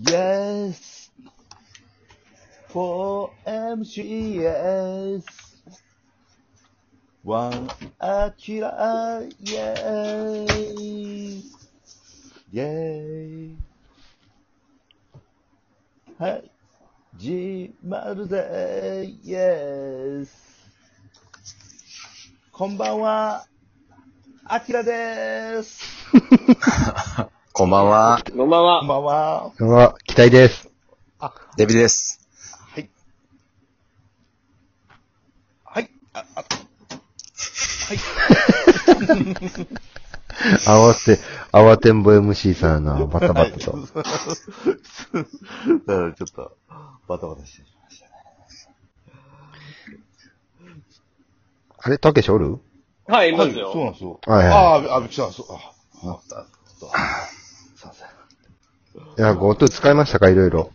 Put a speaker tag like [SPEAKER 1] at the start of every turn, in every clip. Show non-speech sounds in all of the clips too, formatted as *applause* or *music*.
[SPEAKER 1] Yes. 4MCS. ワンアキライェーイイェーイはい。始まるぜイエースこんばんは、アキラです
[SPEAKER 2] こんばんは、
[SPEAKER 3] こ
[SPEAKER 1] こんばん
[SPEAKER 3] んばんは。
[SPEAKER 1] は。
[SPEAKER 4] こんばんは、期待です。
[SPEAKER 2] デビです。
[SPEAKER 1] *laughs* はい。あ、あ、はい。
[SPEAKER 4] 慌て、慌てんぼ MC さんやな、バタバタ
[SPEAKER 2] *laughs*
[SPEAKER 4] と。
[SPEAKER 1] だからちょっと、バタバタしてしました。
[SPEAKER 4] あれ、たけしおる
[SPEAKER 3] はい、います
[SPEAKER 1] そうな
[SPEAKER 3] よ。
[SPEAKER 1] んですよ。
[SPEAKER 4] はいはい
[SPEAKER 1] ああ、あ、びきさん、そう、あ、あった、ちょっと、すいません。
[SPEAKER 4] いや、GoTo 使いましたか、いろいろ。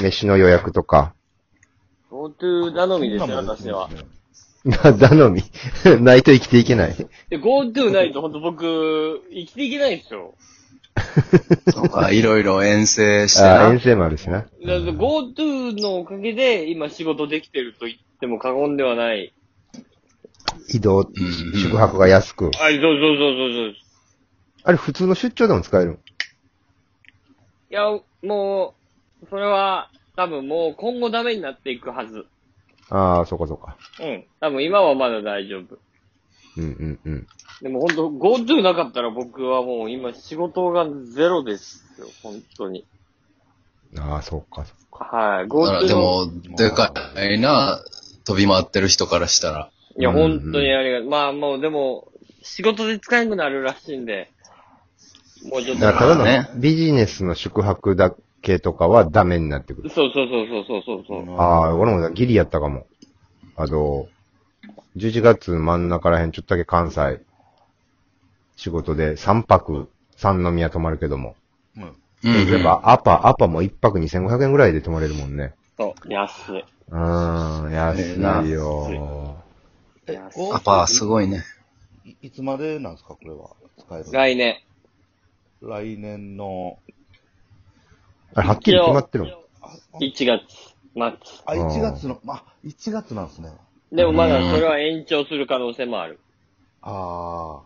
[SPEAKER 4] 飯の予約とか。 *laughs*
[SPEAKER 3] GoTo 頼みです
[SPEAKER 1] そ
[SPEAKER 3] よ、
[SPEAKER 1] んなもん
[SPEAKER 3] 私は。。
[SPEAKER 4] な、頼み。 *laughs* ないと生きていけない。
[SPEAKER 3] で GoTo ないと本当僕、生きていけないんですよ。
[SPEAKER 2] とか、いろいろ遠征して
[SPEAKER 4] あ遠
[SPEAKER 2] な。
[SPEAKER 4] 征もあるしな。
[SPEAKER 3] だって GoTo のおかげで今仕事できてると言っても過言ではない。
[SPEAKER 4] 移動、
[SPEAKER 2] ん
[SPEAKER 4] 宿泊が安く。
[SPEAKER 3] はい、そうそうそうそうそう。い
[SPEAKER 4] あれ、普通の出張でも使える
[SPEAKER 3] や、もう、それは多分もう今後ダメになっていくはず。
[SPEAKER 4] ああ、そうかそうか。
[SPEAKER 3] うん。多分今はまだ大丈夫。
[SPEAKER 4] うんうんうん。
[SPEAKER 3] でも本当 GoTo なかったら僕はもう今仕事がゼロですよ、本当に。
[SPEAKER 4] ああ、そうかそう
[SPEAKER 3] はい、
[SPEAKER 2] だから
[SPEAKER 3] GoTo
[SPEAKER 2] で
[SPEAKER 3] の
[SPEAKER 2] も、でかいな、飛び回ってる人からしたら。
[SPEAKER 3] いや、
[SPEAKER 4] うんう
[SPEAKER 3] 本
[SPEAKER 4] ん
[SPEAKER 3] 当にありがとう。まあ、もう、でも、仕事で使えなくなるらしいんで、もうちょっ
[SPEAKER 4] か。だ。
[SPEAKER 3] と
[SPEAKER 4] から
[SPEAKER 2] まあね
[SPEAKER 4] ただのビジネスの宿泊だけとかはダメになってくる。
[SPEAKER 3] そうそうそうそうそうそう。
[SPEAKER 4] ああ、俺もギリやったかも。あの、11月真ん中らへん、ちょっとだけ関西、仕事で3泊、三宮泊まるけども。
[SPEAKER 1] うん。
[SPEAKER 2] う
[SPEAKER 4] 例え
[SPEAKER 2] ん。
[SPEAKER 4] ば、アパ、アパも1泊2500円ぐらいで泊まれるもんね。
[SPEAKER 3] そう安い。
[SPEAKER 4] うーん、安いよ。
[SPEAKER 1] え、
[SPEAKER 2] アパーす
[SPEAKER 1] い。
[SPEAKER 2] ごいね。
[SPEAKER 1] いいつまでなんですか、これは。使えるの。
[SPEAKER 3] 来年。
[SPEAKER 1] 来年の、
[SPEAKER 4] あれ、はっきり決まってるの
[SPEAKER 1] あ、
[SPEAKER 3] 1月末。
[SPEAKER 1] あ1月の、まあ、1月なんですね。
[SPEAKER 3] でもまだそれは延長する可能性もある。
[SPEAKER 1] あ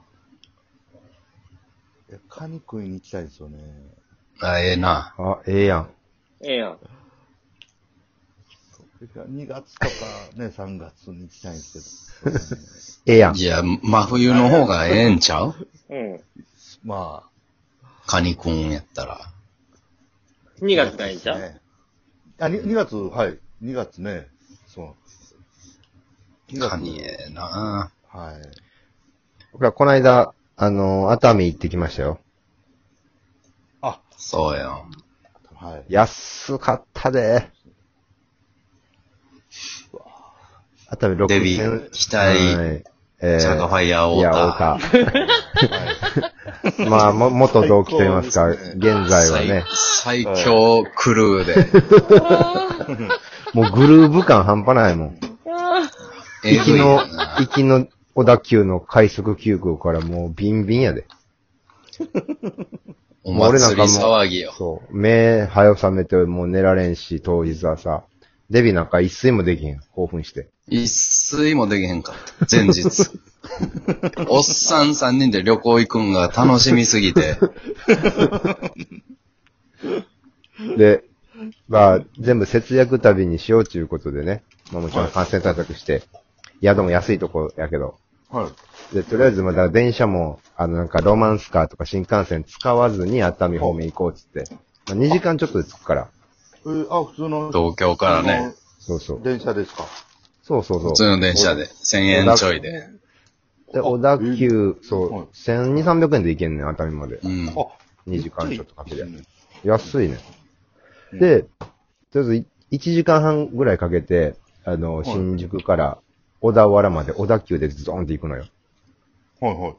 [SPEAKER 1] あ。え、カニ食いに行きたいですよね。
[SPEAKER 2] あええな。
[SPEAKER 4] あ、ええやん。
[SPEAKER 3] ええやん。
[SPEAKER 1] 2月とかね、3月に行きたいんですけど。
[SPEAKER 4] ええやん
[SPEAKER 2] い。や、真冬の方がええんちゃう
[SPEAKER 3] うん。
[SPEAKER 1] まあ。
[SPEAKER 2] カニくんやったら。
[SPEAKER 3] 2月ないんちゃう、
[SPEAKER 1] ねあ、2, 月、はい。2月ね。そう。二月
[SPEAKER 2] カニええな。
[SPEAKER 1] はい。
[SPEAKER 4] 僕ら、この間、あの、熱海行ってきましたよ。
[SPEAKER 1] あ、
[SPEAKER 2] そうやん。
[SPEAKER 1] はい。
[SPEAKER 4] 安かったで。熱海
[SPEAKER 2] デビ
[SPEAKER 4] 6000、
[SPEAKER 2] 期待、
[SPEAKER 4] い。えー
[SPEAKER 2] チャカファイヤー
[SPEAKER 4] い
[SPEAKER 2] オー
[SPEAKER 4] や、
[SPEAKER 2] タ
[SPEAKER 4] 太田。 *laughs* まあ、も、元同期と言いますか、
[SPEAKER 1] 最高です
[SPEAKER 4] 現在はね、
[SPEAKER 2] 最最強クルーで。
[SPEAKER 4] もうグルーヴ感半端ないもん。
[SPEAKER 2] え
[SPEAKER 4] 行き
[SPEAKER 2] ぐい
[SPEAKER 4] の
[SPEAKER 2] よ、な。
[SPEAKER 4] 行きの小田急の快速急行からもうビンビンやで。
[SPEAKER 2] お祭り騒ぎよ。
[SPEAKER 4] そう。目、早覚めてもう寝られんし、当日はさ、デビなんか一睡もできへん。興奮して。
[SPEAKER 2] 一睡もできへんかった。前
[SPEAKER 4] *laughs*
[SPEAKER 2] 日。おっさん三人で旅行行くんが楽しみすぎて。
[SPEAKER 4] で、まあ、全部節約旅にしようということでね、まあもちろん感染対策して、宿も安いとこやけど、
[SPEAKER 1] はい。
[SPEAKER 4] で、とりあえずまだ電車も、あのなんかロマンスカーとか新幹線使わずに熱海方面行こうっつって。まあ、2時間ちょっとで着くから。
[SPEAKER 1] えーあ、普通の。
[SPEAKER 2] 東京からね。
[SPEAKER 4] そうそう。
[SPEAKER 1] 電車ですか。
[SPEAKER 4] そうそうそう。
[SPEAKER 2] 普通の電車で。1000円ちょいで。
[SPEAKER 4] で、小田急、
[SPEAKER 1] はい
[SPEAKER 4] そう、1200、300円で行けんねん、熱海まで
[SPEAKER 2] う。ん。
[SPEAKER 1] あ、
[SPEAKER 4] 2時間ちょっとかけ
[SPEAKER 1] て
[SPEAKER 4] て。安いね。
[SPEAKER 1] うん
[SPEAKER 4] で、とりあえず1時間半ぐらいかけて、あの、
[SPEAKER 1] い
[SPEAKER 4] 新宿から小田原まで小田急でズドンって行くのよ。
[SPEAKER 1] はいはい。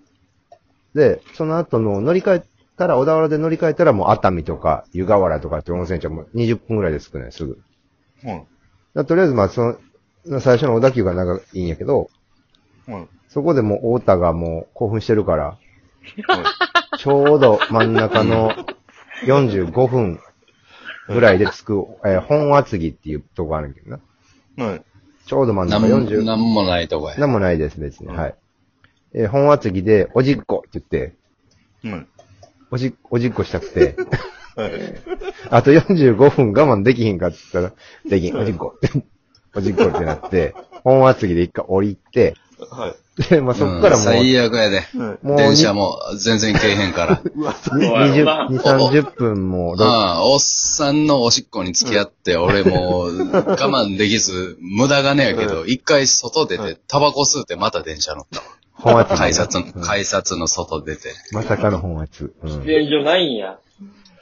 [SPEAKER 4] で、その後の乗り換えたら、小田原で乗り換えたらもう熱海とか湯河原とかって温泉地はもう20分ぐらいで着くね、すぐ。
[SPEAKER 1] は
[SPEAKER 4] だとりあえずまあその、最初の小田急が長いんやけど、
[SPEAKER 1] い。はい。
[SPEAKER 4] そこでもう太田がもう興奮してるから、
[SPEAKER 1] はい
[SPEAKER 4] ちょうど真ん中の45分ぐらいで着く、えー本厚木っていうとこあるんやけどな。
[SPEAKER 1] はい。
[SPEAKER 4] ちょうど真ん
[SPEAKER 2] なん
[SPEAKER 4] 中
[SPEAKER 2] も、
[SPEAKER 4] 40。
[SPEAKER 2] なんもないとこや。
[SPEAKER 4] なんもないです、別に。
[SPEAKER 1] うん
[SPEAKER 4] はい。えー本厚木で、おじっこって言って、
[SPEAKER 1] はい。
[SPEAKER 4] おじ、おじっこしたく
[SPEAKER 2] *laughs*
[SPEAKER 4] て、
[SPEAKER 1] はい。
[SPEAKER 4] あと45分我慢できひんかって言ったら、できん、おじっこ。おじっこってなって、本厚木で一回降りて、
[SPEAKER 1] はい。
[SPEAKER 4] で、まあ、そっから
[SPEAKER 2] うん
[SPEAKER 4] もう、
[SPEAKER 2] 最悪やで。
[SPEAKER 1] はい。
[SPEAKER 4] もう
[SPEAKER 2] 電
[SPEAKER 4] に
[SPEAKER 2] 車も全然けえへ
[SPEAKER 4] *laughs*
[SPEAKER 2] んから。
[SPEAKER 1] うわ、そ
[SPEAKER 4] に
[SPEAKER 1] れ、
[SPEAKER 3] おいお
[SPEAKER 4] 20
[SPEAKER 3] 前
[SPEAKER 4] 20 30分もど、
[SPEAKER 2] ああ、おっさんのおしっこに付き合って、俺もう我慢できず、無駄金やけど、一回外出
[SPEAKER 1] う
[SPEAKER 2] て、タバコ吸うてまた電車乗ったわ。
[SPEAKER 4] 本厚木。
[SPEAKER 2] 改札の、改札の外出て。
[SPEAKER 4] まさかの本厚。うん
[SPEAKER 3] 出演所ないんや。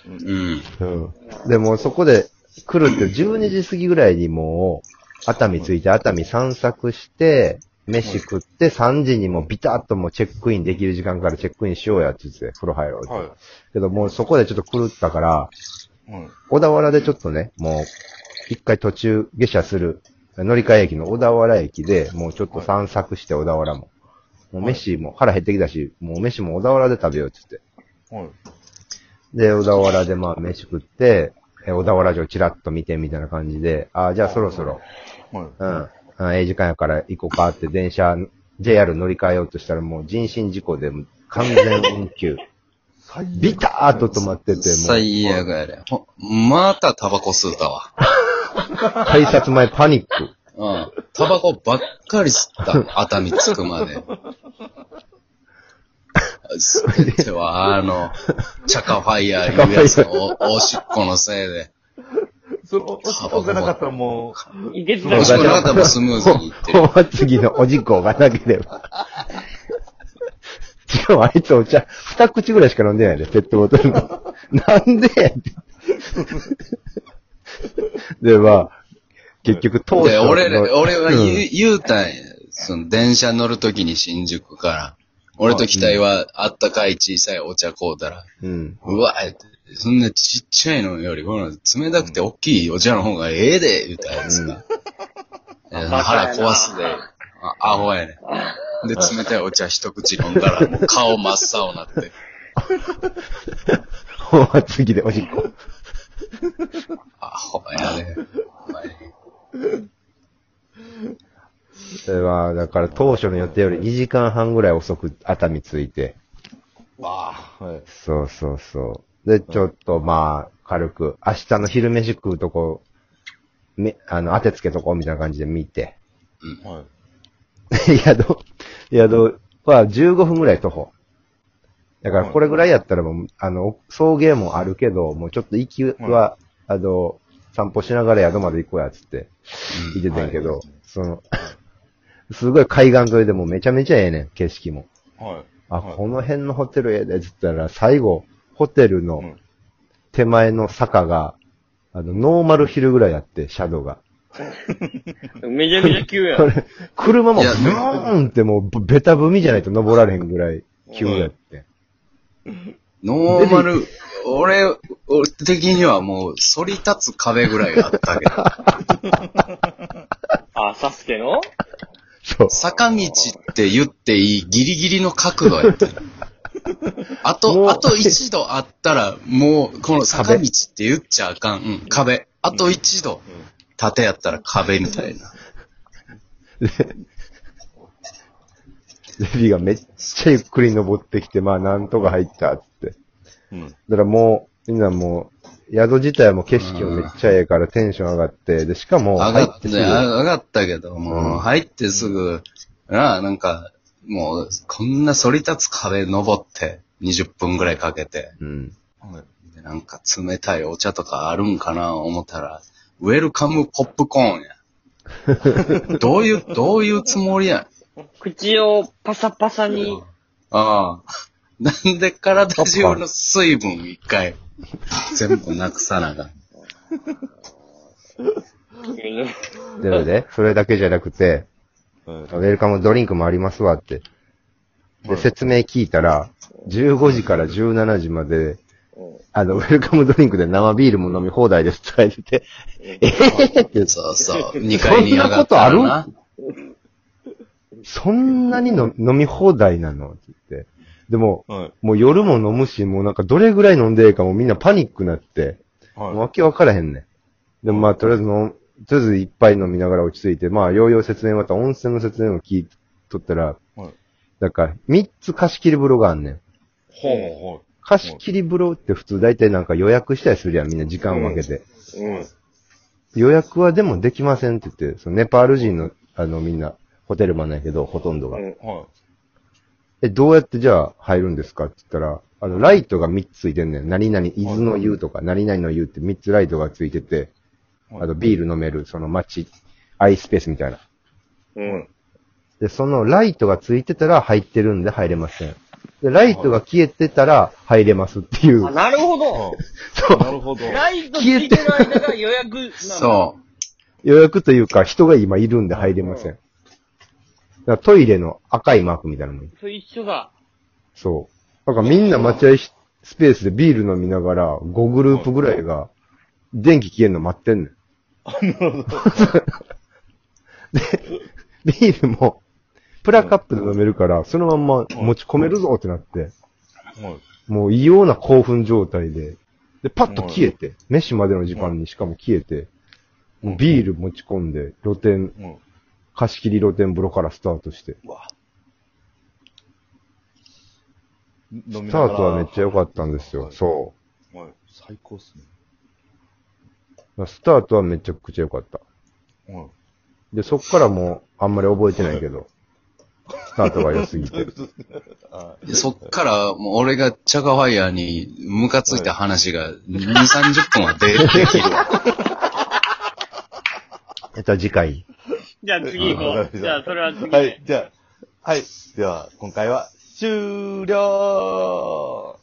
[SPEAKER 2] うん。
[SPEAKER 4] うん。でもそこで来るって12時過ぎぐらいにもう、熱海着いて熱海散策して、飯食って3時にもうビタッともうチェックインできる時間からチェックインしようやって言って、風呂入ろうって。
[SPEAKER 1] は
[SPEAKER 4] けどもうそこでちょっと狂ったから、
[SPEAKER 1] い。はい。
[SPEAKER 4] 小田原でちょっとね、もう一回途中下車する、乗り換え駅の小田原駅でもうちょっと散策して小田原も。もう飯も腹減ってきたし、もう飯も小田原で食べようって言って。
[SPEAKER 1] はい。
[SPEAKER 4] で、小田原でまあ飯食って、え小田原城チラッと見てみたいな感じで、ああ、じゃあそろそろ、
[SPEAKER 1] はい。
[SPEAKER 4] うん、うんええ時間やから行こうかって電車、JR 乗り換えようとしたらもう人身事故でもう完全運休。
[SPEAKER 1] 最悪
[SPEAKER 4] ビターっと止まってて、もう
[SPEAKER 2] 最悪やで。ほまたタバコ吸うたわ。
[SPEAKER 4] 改札前パニック。
[SPEAKER 2] うん。タバコばっかり吸った。熱海着くまで。吸ってては、あの、チャカファイヤーいうやつのおおしっこのせいで。
[SPEAKER 1] その、おしっこがなかったらも
[SPEAKER 3] いけてた
[SPEAKER 2] おしっこなかったらもうスムーズにいってる。
[SPEAKER 4] お次のおじこがなければ。しかもあいつお茶、二口ぐらいしか飲んでないで、ペットボトルの。なんでってで、まあ、結局当初
[SPEAKER 2] で、
[SPEAKER 4] の
[SPEAKER 2] 俺ら、俺は
[SPEAKER 4] うん
[SPEAKER 2] 言う、言うたんや。その、電車乗るときに新宿から。俺と期待は、あったかい小さいお茶買うたら、
[SPEAKER 4] うん。
[SPEAKER 2] うわ、えそんなちっちゃいのより、この冷たくて大きいお茶の方がええで、言うたやつが。え
[SPEAKER 3] バカや
[SPEAKER 2] 腹
[SPEAKER 3] な
[SPEAKER 2] 壊すで、あアホやねん。で、冷たいお茶一口飲ん
[SPEAKER 3] *laughs*
[SPEAKER 2] だら、もう顔真っ青になって。
[SPEAKER 4] お祭りでおじっこ。
[SPEAKER 2] アホやね。ほんまに
[SPEAKER 4] で、まあ、だから当初の予定より2時間半ぐらい遅く熱海着いて。
[SPEAKER 1] う、わあ、はい。
[SPEAKER 4] そうそうそう。で、ちょっとまあ、軽く、明日の昼飯食うとこ、め、あの、当てつけとこうみたいな感じで見て。 *laughs*
[SPEAKER 1] はい。
[SPEAKER 4] 宿、宿は15分ぐらい徒歩。だからこれぐらいやったらもう、あの、送迎もあるけど、もうちょっと行きは、あの、散歩しながら宿まで行こうやっつって、行ってたんやけど、
[SPEAKER 1] はい
[SPEAKER 4] その、 *laughs* すごい海岸沿いでもうめちゃめちゃええねん、景色も。
[SPEAKER 1] はい。
[SPEAKER 4] あ、
[SPEAKER 1] はい
[SPEAKER 4] この辺のホテルええでっつったら、最後、ホテル
[SPEAKER 1] う
[SPEAKER 4] の
[SPEAKER 1] ん
[SPEAKER 4] 手前の坂が、あの、ノーマルヒルぐらいあって、シャドウが。
[SPEAKER 3] めちゃめちゃ急や
[SPEAKER 4] こ。れ、車も
[SPEAKER 2] い
[SPEAKER 4] ブ
[SPEAKER 2] や
[SPEAKER 4] ーンってもう、ベタ踏みじゃないと登られへんぐらい、急やって。
[SPEAKER 2] ノーマル、俺、俺的にはもう、反り立つ壁ぐらいがあったけど。
[SPEAKER 3] あ、サスケの
[SPEAKER 4] そう。
[SPEAKER 2] 坂道って言っていいギリギリの角度や
[SPEAKER 4] *laughs*
[SPEAKER 2] った。あ
[SPEAKER 4] もう
[SPEAKER 2] と、あと一度あったら、もう、この坂道って言っちゃあかん。うん、壁。あと一度、縦やったら壁みたいな。
[SPEAKER 4] ゼビがめっちゃゆっくり登ってきて、まあ、なんとか入った、っつって。
[SPEAKER 1] うん。
[SPEAKER 4] だからもう、みんなもう、宿自体も景色もめっちゃええからテンション上がって、で、しかも、
[SPEAKER 2] 上
[SPEAKER 4] 入
[SPEAKER 2] がっ
[SPEAKER 4] って
[SPEAKER 2] て、
[SPEAKER 4] す
[SPEAKER 2] 上
[SPEAKER 4] ぐ、
[SPEAKER 2] がったけど、
[SPEAKER 4] う
[SPEAKER 2] も
[SPEAKER 4] ん
[SPEAKER 2] う、入ってすぐ、なあ、なんか、もう、こんな反り立つ壁登って、20分ぐらいかけて、
[SPEAKER 4] うん。
[SPEAKER 1] はい。
[SPEAKER 2] でなんか冷たいお茶とかあるんかな思ったら、ウェルカムポップコーン
[SPEAKER 4] *laughs*
[SPEAKER 2] や。どういう、どういうつもりやん。
[SPEAKER 3] 口をパサパサに。
[SPEAKER 2] ああ。なんで体中の水分一回、全部なくさなあかん。
[SPEAKER 4] でもね、それだけじゃなくて、
[SPEAKER 1] はい。
[SPEAKER 4] ウェルカムドリンクもありますわって。で、説明聞いたら、15時から17時まで、あの、ウェルカムドリンクで生ビールも飲み放題ですって書いてて、ええって、
[SPEAKER 2] そうそう。二階に上がった
[SPEAKER 4] そ
[SPEAKER 2] ら
[SPEAKER 4] んな
[SPEAKER 2] な。
[SPEAKER 4] そんなにの飲み放題なのって言って。でも、
[SPEAKER 1] はい。
[SPEAKER 4] もう夜も飲むし、もうなんかどれぐらい飲んでいいかもうみんなパニックになって、もう
[SPEAKER 1] は
[SPEAKER 4] わけわからへんねん。でもまあ、とりあえず飲ん、とりあえず一杯飲みながら落ち着いて、まあ、ようよう説明また温泉の説明を聞いとったら、
[SPEAKER 1] はい
[SPEAKER 4] なんか、三つ貸し切り風呂があんねん。
[SPEAKER 1] い。ほ
[SPEAKER 4] 貸し切り風呂って普通大体なんか予約したりするやん、みんな時間を分けて。
[SPEAKER 1] うほう。うん。
[SPEAKER 4] 予約はでもできませんって言って、そのネパール人の、あのみんな、ホテルマンなんやけど、ほとんどが。
[SPEAKER 3] うん
[SPEAKER 1] は
[SPEAKER 4] え、どうやってじゃあ入るんですかって言ったら、あの、ライトが3つついてんねん。何々、伊豆の湯とか、何々の湯って3つライトがついてて、
[SPEAKER 1] い。はい
[SPEAKER 4] あと、ビール飲める、その街、アイスペースみたいな。
[SPEAKER 3] うん。
[SPEAKER 4] で、そのライトがついてたら入ってるんで入れません。で、ライトが消えてたら入れますっていう。
[SPEAKER 3] あ、なるほど。
[SPEAKER 4] そ
[SPEAKER 1] な
[SPEAKER 4] う。
[SPEAKER 1] るほど。
[SPEAKER 3] ライトついてる間が予約なんだ。
[SPEAKER 2] そ
[SPEAKER 4] 予約というか、人が今いるんで入れません。だからトイレの赤いマークみたいなのも
[SPEAKER 3] う。それ一緒だ。
[SPEAKER 4] そう。だからみんな待合スペースでビール飲みながら、5グループぐらいが、電気消えるの待ってんねん。 *laughs* で、ビールも、プラカップで飲めるから、そのまんま持ち込めるぞってなって、
[SPEAKER 1] はい。
[SPEAKER 4] もう異様な興奮状態で、で、パッと消えて、飯までの時間にしかも消えて、もうビール持ち込んで、露天、
[SPEAKER 1] うん。
[SPEAKER 4] 貸し切り露天風呂からスタートして。
[SPEAKER 1] 飲み
[SPEAKER 4] ス
[SPEAKER 1] な
[SPEAKER 4] タ
[SPEAKER 1] がら
[SPEAKER 4] ートはめっちゃ良かったんです
[SPEAKER 1] は
[SPEAKER 4] よ。
[SPEAKER 1] い
[SPEAKER 4] そ
[SPEAKER 1] はい。最高っす
[SPEAKER 4] う。スタートはめちゃくちゃ良かった。
[SPEAKER 1] ね。はい。
[SPEAKER 4] で、そっからもう、あんまり覚えてない
[SPEAKER 1] *laughs*
[SPEAKER 4] けど、スタートが良すぎて。
[SPEAKER 1] あ
[SPEAKER 2] う。でそっから、もう俺がチャカファイヤーにムカついた話が2、30分はでできるわ。
[SPEAKER 4] えっと、次回。
[SPEAKER 3] じゃあ次行こう。じゃあそれは次で。
[SPEAKER 1] はい、じゃあ、はい。では、今回は終了